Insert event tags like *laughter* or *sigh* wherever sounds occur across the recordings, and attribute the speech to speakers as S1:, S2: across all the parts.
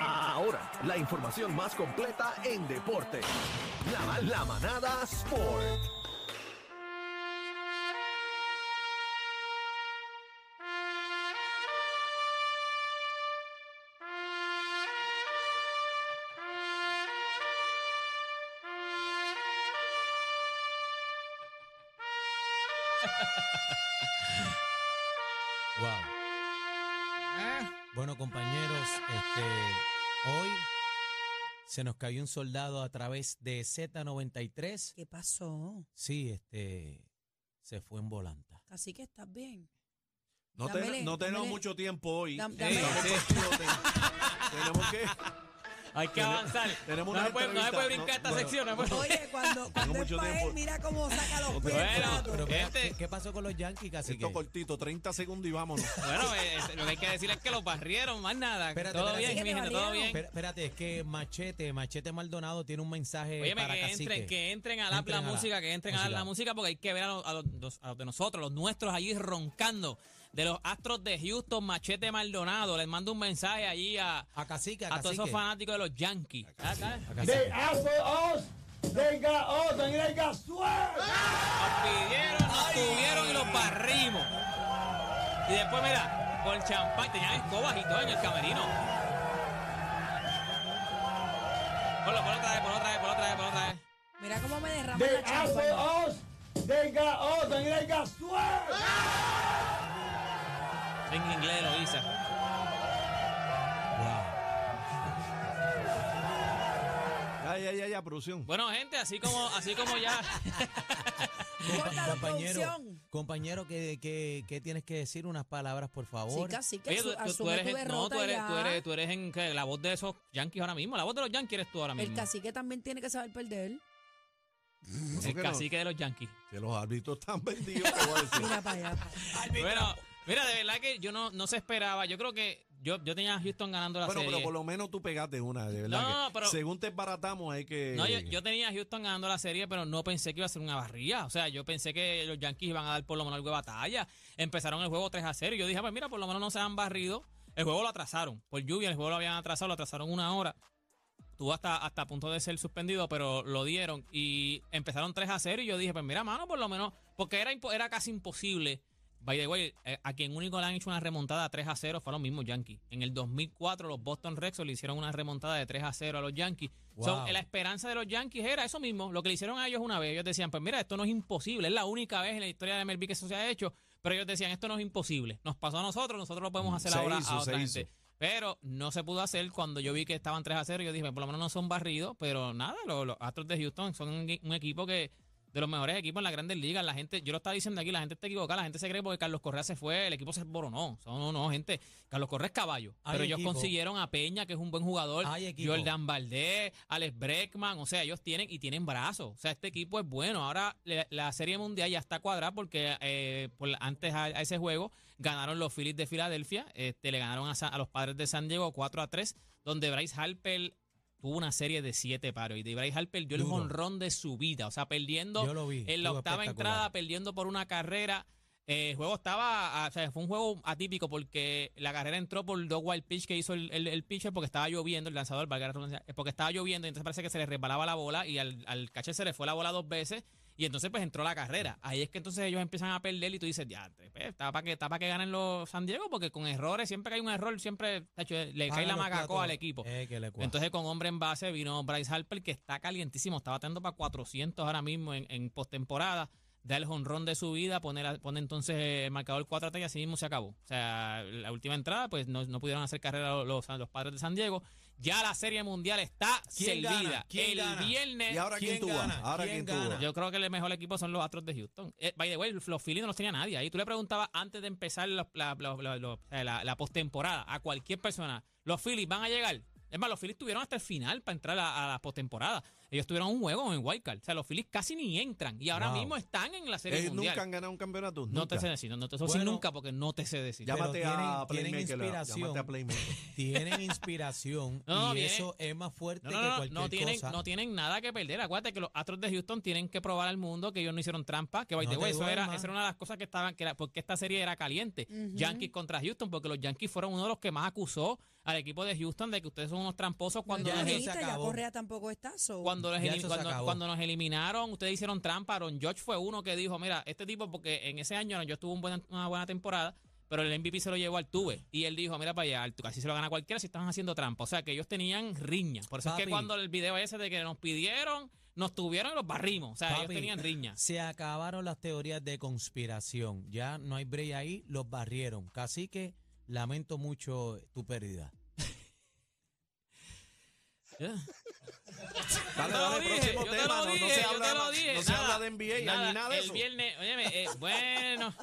S1: Ahora, la información más completa en deporte. La, la manada Sport.
S2: Wow. Bueno, compañeros, este, hoy se nos cayó un soldado a través de Z93.
S3: ¿Qué pasó?
S2: Sí, este, se fue en volanta.
S3: Así que estás bien.
S1: No, te-
S3: Dámele,
S1: no tenemos
S3: dámele.
S1: mucho tiempo hoy.
S3: Dam-
S1: Tenemos
S3: dámele.
S1: que- tenemos que.
S4: Hay que avanzar.
S1: tenemos
S4: no,
S1: una
S4: se puede, no se puede
S1: entrevista.
S4: brincar esta
S1: No, no,
S4: sección. no se puede.
S3: Oye, cuando, cuando es
S1: mucho
S3: pa' él,
S1: tiempo.
S3: mira cómo saca los pies.
S4: Bueno,
S3: chato.
S4: pero
S2: ¿qué,
S4: este-
S2: qué pasó con los Yankees, casi
S1: Esto cortito, 30 segundos y vámonos.
S4: Bueno, eh, eh, lo que hay que decir es que los barrieron, más nada.
S2: Espérate,
S4: todo
S2: espérate.
S4: bien,
S3: Sí, que
S4: mijito,
S3: te
S4: todo
S3: barrieron.
S4: bien.
S2: Espérate, es que Machete, Machete Maldonado tiene un mensaje
S4: Oye,
S2: para
S4: que
S2: Cacique.
S4: entren, que entren a la,
S2: Entren
S4: la
S2: a la
S4: música, que entren a la,
S2: música.
S4: música, porque hay que ver a los, a los- los- a los de nosotros, los nuestros allí roncando. De los astros de Houston, Machete Maldonado. Les mando un mensaje allí a,
S2: A Cacique, a
S4: a todos
S2: Cacique.
S4: esos fanáticos de los Yankees. Ah, ah,
S2: A Cacique.
S5: They asked for us, they got us, and they got swear.
S4: Nos pidieron, nos tuvieron y los barrimos. Y después, mira, con champán, tenían escobas y todo en el camerino. Ponlo, ponlo otra vez, ponlo otra vez, ponlo otra vez, ponlo otra vez.
S3: Mira cómo me derrama
S5: They
S3: la
S5: asked for
S3: champaña.
S5: us, they got us, and they got swear.
S4: En inglés lo dice.
S2: Wow.
S1: Ya, ya, ya, ya, producción.
S4: Bueno, gente, así como, así como *laughs* ya.
S3: Corta la
S2: Compañero,
S3: producción.
S2: compañero que, que, que tienes que decir unas palabras, por favor.
S3: Sí, casi que
S4: Oye,
S3: su-
S4: tú, tú- tú
S3: asume
S4: eres,
S3: tu
S4: el- no,
S3: derrota
S4: tú eres,
S3: ya.
S4: tú eres, tú eres en, ¿qué? la voz de esos Yankees ahora mismo. La voz de los Yankees eres tú ahora mismo.
S3: El cacique también tiene que saber perder.
S1: Bueno,
S4: El
S1: que no,
S4: cacique de los Yankees.
S1: que los árbitros están *laughs* vendidos, te voy a decir.
S3: Mira para allá.
S4: *laughs* Bueno, mira, de verdad que yo no, no se esperaba. Yo creo que yo, yo tenía a Houston ganando la
S1: Bueno,
S4: serie.
S1: pero por lo menos tú pegaste una, de verdad.
S4: No,
S1: que
S4: no, no, pero-
S1: Según te baratamos, hay que.
S4: No, yo, yo tenía a Houston ganando la serie, pero no pensé que iba a ser una barrida. O sea, yo pensé que los Yankees iban a dar por lo menos algo de batalla. Empezaron el juego 3 a 0 y yo dije, pues mira, por lo menos no se han barrido. El juego lo atrasaron. Por lluvia, el juego lo habían atrasado, lo atrasaron una hora. Estuvo hasta, hasta a punto de ser suspendido, pero lo dieron. Y empezaron 3 a 0 y yo dije, pues mira, mano, por lo menos, porque era, impo- era casi imposible. By the way, eh, a quien único le han hecho una remontada 3 a 0 fueron los mismos Yankees. En el 2004 los Boston Red Sox le hicieron una remontada de 3 a 0 a los Yankees. So,
S2: Wow.
S4: la esperanza de los Yankees era eso mismo, lo que le hicieron a ellos una vez. Ellos decían, pues mira, esto no es imposible, es la única vez en la historia de MLB que eso se ha hecho, pero ellos decían, esto no es imposible, nos pasó a nosotros, nosotros lo podemos hacer
S1: Se
S4: ahora
S1: hizo,
S4: a
S1: se
S4: otra
S1: hizo.
S4: gente. Pero no se pudo hacer cuando yo vi que estaban 3 a 0. Yo dije, por lo menos no son barridos, pero nada, lo- los, Astros de Houston son un, un equipo que de los mejores equipos en las grandes ligas. La gente, yo lo estaba diciendo aquí, la gente está equivocada, la gente se cree porque Carlos Correa se fue, el equipo se esboronó. Son, no, no, gente, Carlos Correa es caballo.
S2: Hay
S4: pero ellos
S2: equipo.
S4: consiguieron a Peña, que es un buen jugador,
S2: Hay equipo.
S4: Jordan Valdés, Alex Breckman, o sea, ellos tienen y tienen brazos. O sea, este equipo es bueno. Ahora le- la Serie Mundial ya está cuadrada porque eh, por la- antes a, a ese juego ganaron los Phillies de Filadelfia, este, le ganaron a, Sa- a los padres de San Diego 4 a 3, donde Bryce Harper tuvo una serie de siete paros y de Bryce Harper dio el
S2: Duro.
S4: jonrón de su vida, o sea, perdiendo
S2: Yo lo vi.
S4: en la
S2: estuvo
S4: octava
S2: espectacular.
S4: entrada, perdiendo por una carrera. Eh, el juego estaba, ah, o sea, fue un juego atípico porque la carrera entró por dos wild pitch que hizo el, el, el pitcher porque estaba lloviendo, el lanzador, valga la redundancia, eh, porque estaba lloviendo, y entonces parece que se le resbalaba la bola y al, al catcher se le fue la bola dos veces y entonces pues entró la carrera. Ahí es que entonces ellos empiezan a perder y tú dices, ya, pues, está para que, está pa' que ganen los San Diego porque con errores, siempre que hay un error, siempre tacho, le cae
S2: Paga
S4: la
S2: Ah, los
S4: macacoa
S2: platos.
S4: al equipo.
S2: Eh, que le cuaja.
S4: Entonces con hombre en base vino Bryce Harper, que está calientísimo, está bateando para 400 ahora mismo en, en postemporada. da el jonrón de su vida, pone, la- pone entonces eh, el marcador 4 a 3 y así mismo se acabó. O sea, la última entrada, pues no, no pudieron hacer carrera los, los, los padres de San Diego. Ya la Serie Mundial está
S2: ¿Quién
S4: servida.
S2: gana? ¿Quién
S4: el
S2: gana?
S4: viernes.
S6: ¿Y ahora quién,
S2: ¿Quién
S6: tú vas?
S2: gana?
S6: Ahora
S2: ¿Quién
S6: quién, tú
S2: gana?
S6: vas.
S4: Yo creo que el mejor equipo son los Astros de Houston. Eh, by the way, los Phillies no los tenía nadie ahí. Tú le preguntabas antes de empezar los- la, la- la- la- eh, la- la postemporada a cualquier persona, ¿los Phillies van a llegar? Es más, los Phillies tuvieron hasta el final para entrar a, a la postemporada. Ellos tuvieron un juego en Wild Card. O sea, los Phillies casi ni entran y ahora
S2: Wow.
S4: mismo están en la Serie
S1: Eh,
S6: Ellos
S4: Mundial.
S6: nunca han ganado un campeonato.
S4: no
S6: nunca.
S4: te sé decir, no, no te eso sí
S2: Bueno.
S4: nunca porque no te sé decir.
S2: Ya.
S6: Llámate
S2: Pero
S6: a
S2: tienen- tienen
S6: Playmaker. la-
S2: inspiración.
S6: Llámate a Playmaker.
S2: *laughs* Tienen inspiración
S4: *laughs* No, no,
S2: y
S4: viene-
S2: eso es más fuerte
S4: No, no,
S2: que
S4: no,
S2: cualquier
S4: no tienen,
S2: cosa.
S4: no tienen nada que perder. Acuérdate que los Astros de Houston tienen que probar al mundo que ellos no hicieron trampa, que by
S2: No
S4: the
S2: te
S4: way, eso era,
S2: duermas.
S4: esa era una de las cosas que estaban, que era, porque esta serie era caliente. Yankees contra Houston, porque los Yankees fueron uno de los que más acusó al equipo de Houston de que ustedes son unos tramposos cuando
S3: ya,
S2: ya
S4: los
S2: eso
S4: elim-
S3: dijiste,
S2: se
S3: ya
S2: acabó.
S3: Correa tampoco está. so-
S4: cuando, los
S2: Ya
S4: elim-
S2: eso se
S4: cuando,
S2: acabó.
S4: cuando nos eliminaron, ustedes hicieron trampa. Aaron George fue uno que dijo, mira, este tipo, porque en ese año Aaron George tuvo un buena- una buena temporada, pero el MVP se lo llevó al Tuve. Y él dijo, mira para allá, Altuve, así se lo gana cualquiera si están haciendo trampa. O sea, que ellos tenían riña. Por eso es
S2: Papi.
S4: que cuando el video ese de que nos pidieron, nos tuvieron y los barrimos. O sea, ellos
S2: Papi.
S4: tenían
S2: *laughs*
S4: riña.
S2: Se acabaron las teorías de conspiración. Ya no hay break ahí, los barrieron. Cacique, lamento mucho tu pérdida.
S4: Yeah.
S6: Dale,
S4: Yo
S6: dale,
S4: te lo dije,
S6: próximo
S4: yo te
S6: tema.
S4: lo
S6: no- no
S4: dije,
S6: se
S4: yo
S6: habla,
S4: te lo dije.
S6: no se
S4: Nada,
S6: habla de NBA ni
S4: nada,
S6: nada de
S4: el
S6: eso.
S4: viernes, óyeme,
S6: *laughs*
S4: eh, bueno.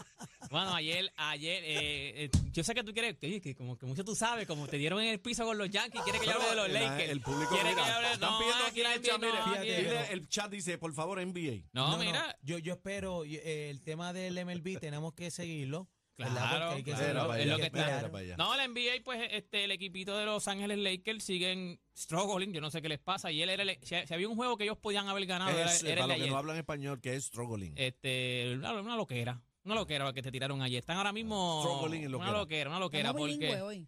S4: Bueno, ayer, ayer, eh, eh, yo sé que tú quieres, oye, que como que mucho tú sabes, como te dieron en el piso con los Yankees, quieres que yo hable de los
S6: La-
S4: Lakers.
S6: El público
S4: Quiere
S6: mira,
S4: que yo hable-
S6: Están
S4: no,
S6: pidiendo aquí
S4: aquí
S6: en el
S4: NBA,
S6: chat. mire,
S4: no,
S2: aquí
S6: dile,
S2: NBA.
S6: el chat dice, por favor, NBA.
S4: No, mira.
S2: yo, yo espero, y- eh, el tema del
S4: *laughs*
S2: MLB tenemos que seguirlo. ¿verdad?
S4: Claro,
S2: Porque hay que
S4: claro,
S2: seguirlo,
S4: es
S2: hay
S4: lo que
S2: esperar.
S4: está. No, la NBA, pues este, el equipito de Los Ángeles Lakers siguen struggling, yo no sé qué les pasa. Y él era, el- si, si había un juego que ellos podían haber ganado, era,
S6: Es,
S4: era el
S6: para
S4: de
S6: los que
S4: ayer.
S6: no hablan español, que es struggling.
S4: Este, una, una loquera. Una loquera la que te tiraron ayer. Están ahora mismo.
S6: Struggling y
S4: Una
S6: loquera.
S4: loquera, una loquera.
S3: Estamos bilingües
S4: Porque,
S3: hoy.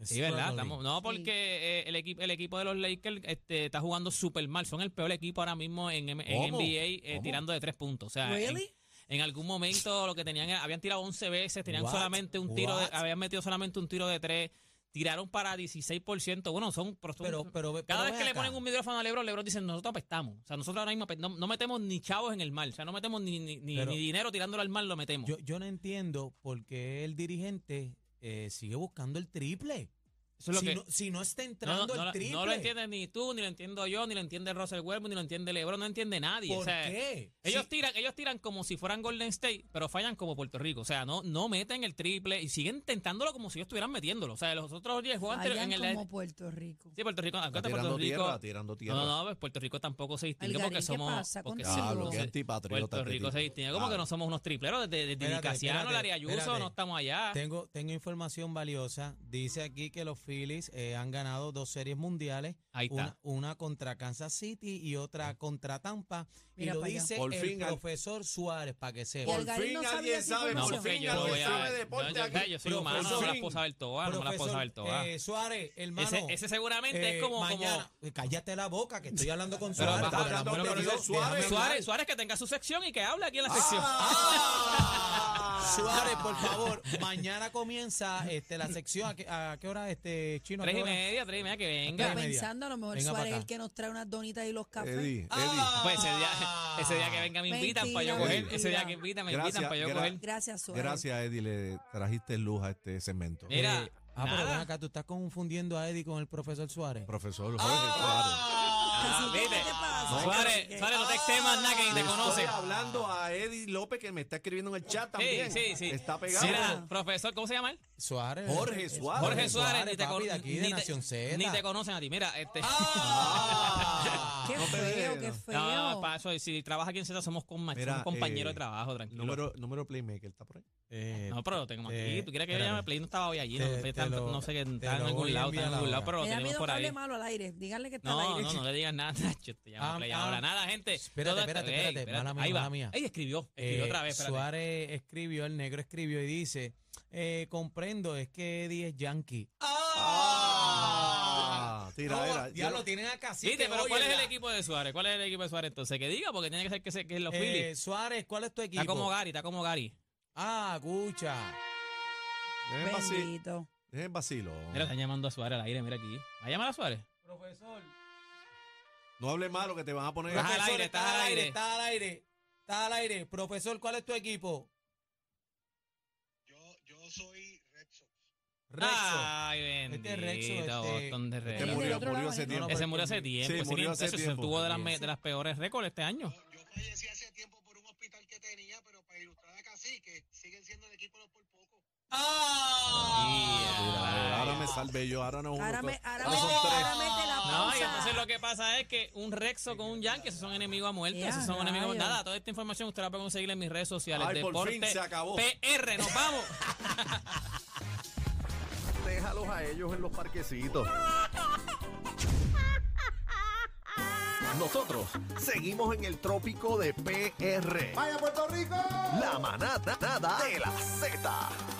S4: sí, ¿verdad? Estamos- no,
S3: Sí.
S4: porque eh, el, equipo, el equipo de los Lakers este, está jugando súper mal. Son el peor equipo ahora mismo en, M- en
S6: ¿Cómo?
S4: NBA eh,
S6: ¿Cómo?
S4: tirando de tres puntos. O sea, en,
S3: ¿Really?
S4: en algún momento lo que tenían era- habían tirado 11 veces, tenían
S2: What?
S4: solamente un tiro, de-
S2: What?
S4: habían metido solamente un tiro de tres. Tiraron para 16%. Bueno, son. pero son-
S2: Pero, pero, pero
S4: cada vez
S2: ven
S4: que le
S2: acá.
S4: ponen un micrófono a Lebron, Lebron dice, nosotros apestamos. O sea, nosotros ahora mismo apest- no, no metemos ni chavos en el mar. O sea, no metemos ni, ni, ni-
S2: Pero-
S4: ni dinero tirándolo al mar, lo metemos.
S2: Yo, yo no entiendo por qué el dirigente eh, sigue buscando el triple.
S4: Eso es lo
S2: si,
S4: que-
S2: no, si no está
S4: no,
S2: entrando
S4: no, no
S2: el
S4: la-
S2: triple.
S4: no lo entiendes ni tú, ni lo entiendo yo, ni lo entiende Russell Westbrook, ni lo entiende Lebron, no entiende nadie.
S2: ¿Por
S4: o sea,
S2: qué?
S4: Ellos
S2: Sí,
S4: tiran, ellos tiran como si fueran Golden State, pero fallan como Puerto Rico. O sea, no, no meten el triple y siguen intentándolo como si ellos estuvieran metiéndolo. O sea, los otros 10 juegos anteriores
S3: Vayan
S4: en el
S3: como Puerto Rico.
S4: Sí, pues, Puerto Rico,
S6: Está
S4: acuérdate,
S6: tirando
S4: Puerto Rico.
S6: tierra, tirando tierra.
S4: no, no, no, pues Puerto Rico tampoco se distingue
S3: Algarín,
S4: porque
S3: ¿qué
S4: somos.
S3: pasa
S4: porque
S3: contigo?
S4: somos-
S3: Diablo, qué
S6: antipatriota
S4: Puerto
S6: este
S4: Rico se
S6: tipo.
S4: distingue como que no somos unos tripleros. Desde, desde
S2: Espérate,
S4: Nicasiano,
S2: espérate,
S4: Larry Ayuso,
S2: espérate.
S4: no estamos allá.
S2: Tengo, tengo información valiosa. Dice aquí que los Phillies eh, han ganado dos series mundiales.
S4: Ahí está.
S2: Una, una contra Kansas City y otra contra Tampa. y
S3: Mira
S2: lo
S3: para allá.
S2: dice
S6: Por
S2: el
S6: fin, al-
S2: profesor Suárez, para que sepa.
S6: Por
S3: Algarín
S6: fin
S3: no sabía
S6: alguien
S3: esa
S6: sabe,
S4: No,
S6: por
S3: información.
S4: porque
S6: fin
S4: yo no voy
S6: alguien
S4: a.
S6: sabe de
S4: no,
S6: deporte
S4: yo,
S6: aquí.
S4: yo soy humano, no me las
S2: Profesor,
S4: puedo saber todas, no me las puedo saber todas.
S2: eh, Suárez, hermano. eh,
S4: Ese, ese seguramente es como. como-
S2: mañana, cállate la boca que estoy hablando con
S4: pero
S2: Suárez.
S4: baja-
S2: por el
S6: hablando
S2: amor
S6: con
S2: de
S6: el
S2: Dios,
S6: Suárez.
S2: déjame hablar.
S4: Suárez, Suárez que tenga su sección y que hable aquí en la sección.
S6: Ah.
S2: Suárez, por favor, mañana comienza este, la sección. ¿A qué, a qué hora, este chino? ¿A
S4: Tres
S2: qué
S4: y
S2: hora?
S4: media, tres y media, que
S2: Tres
S4: venga.
S2: y
S3: Yo
S2: media.
S3: pensando, a lo mejor
S2: Venga
S3: Suárez
S2: pa'
S3: es el
S2: acá.
S3: que nos trae unas donitas y los cafés.
S6: Eddie, Eddie.
S4: Pues ese día, ese día que venga me invitan para yo
S3: Mentira,
S4: coger.
S3: mentira.
S4: Ese día que invitan, me
S6: Gracias,
S4: invitan para yo
S6: gra-
S4: coger.
S3: Gracias, Suárez.
S6: Gracias, Eddie, le trajiste luz a este cemento.
S4: Mira,
S2: Eh, ah, pero
S4: nada.
S2: ven acá, tú estás confundiendo a Eddie con el profesor Suárez.
S6: Profesor Jorge Suárez.
S4: Ah,
S3: Cacique, ¿qué
S4: ¿viste?
S3: te pasa?
S4: Suárez, Suárez, no te temas nada que ni
S6: Le
S4: te conoce.
S6: Estoy hablando a Eddie López que me está escribiendo en el chat
S4: Sí,
S6: también.
S4: sí, sí.
S6: Está pegado.
S4: Mira, profesor, ¿cómo se llama él?
S2: Suárez. eh,
S6: Jorge
S2: Ah,
S6: Suárez.
S4: Jorge Suárez, ni te
S2: papi, de
S4: conocen.
S2: aquí, de Nación Z.
S4: Ni te conocen a ti. Mira, este. *laughs*
S6: Ah.
S3: Qué
S6: *laughs* No te
S3: feo,
S6: dejes.
S3: qué
S4: No,
S3: feo.
S4: para eso, si trabaja aquí en Z, somos, con,
S6: Mira,
S4: somos compañeros
S6: eh,
S4: de trabajo, tranquilo.
S6: Número, número Playmaker, ¿está por ahí?
S2: Eh,
S4: no, pero lo tengo
S2: eh,
S4: aquí. ¿Tú quieres que yo
S2: espérame.
S4: llame Play? No estaba hoy allí. no,
S2: Te-
S4: sé,
S2: te lo-
S4: no sé que
S2: te
S4: está en
S2: lo voy a
S4: algún lado, está en
S2: enviar
S4: algún lado,
S2: ahora.
S4: pero lo
S3: Me da
S4: tenemos
S3: miedo
S4: por
S3: que hable
S4: ahí.
S3: malo al aire. Díganle que está al
S4: No,
S3: aire.
S4: no, no le digas nada, *laughs* Nacho. Te llamo
S2: Ah,
S4: Play
S2: ah.
S4: ahora. Nada, gente.
S2: Espérate,
S4: Todo-
S2: espérate,
S4: Ey,
S2: espérate, mala mía,
S4: Ahí
S2: mala mía.
S4: Ahí escribió.
S2: eh,
S4: Escribió otra vez. espérate.
S2: Suárez escribió, el negro escribió y dice, eh, comprendo, es que Eddie es yankee.
S6: Ah, tira, era.
S2: ya
S6: Yo-
S2: lo tienen acá.
S4: Sí, Viste, pero ¿cuál es el equipo de Suárez? ¿Cuál es el equipo de Suárez? Entonces, que diga, porque tiene que ser que, se- que es
S2: Eh,
S4: los Phillies.
S2: Suárez, ¿cuál es tu equipo?
S4: Está como Gary, está como Gary.
S2: Ah, Gucha.
S6: Dejen vacil-
S3: Bendito.
S6: dejen vacilo.
S4: Mira, están llamando a Suárez al aire, mira aquí. ¿Va a llamar a Suárez?
S2: Profesor.
S6: No hable malo que te van a poner.
S4: Ajá. Estás al aire,
S2: Profesor,
S4: estás al aire.
S2: Estás al aire. Está al aire. Profesor, ¿cuál es tu equipo? Yo, soy Rexo. Rexo.
S4: Ay,
S2: Este
S4: bendito.
S2: es Rexo, este-
S4: Boston de
S6: Este
S4: Rexo.
S3: del
S6: murió,
S3: otro
S6: murió
S3: lado
S6: hace
S3: ahí.
S6: tiempo.
S4: Ese murió hace tiempo.
S6: Sí,
S4: ese
S6: murió
S4: tiene-
S6: hace
S4: ese
S6: tiempo.
S4: tuvo de las, me- de las peores récords este año.
S7: Yo fallecí hace tiempo por un hospital que tenía, pero para ilustrar a Cacique, siguen siendo el equipo no por poco.
S2: Ah.
S6: Mira, ahora me salvé yo, ahora no es uno.
S3: Ahora me,
S6: to-
S3: ahora
S6: ahora
S3: me,
S6: son tres.
S3: ahora mete la pausa.
S4: No, y entonces lo que pasa es que un Rexo con un Yankee, esos son enemigos a muerte,
S3: Ya,
S4: esos son enemigos.
S3: rayos.
S4: Nada, toda esta información usted la puede conseguir en mis redes sociales.
S6: Ay, por
S4: Deporte
S6: fin se acabó.
S4: PR, nos *laughs* vamos.
S1: Déjalos a ellos en los parquecitos. Nosotros seguimos en el trópico de PR.
S5: ¡Vaya Puerto Rico!
S1: La manada de la Z.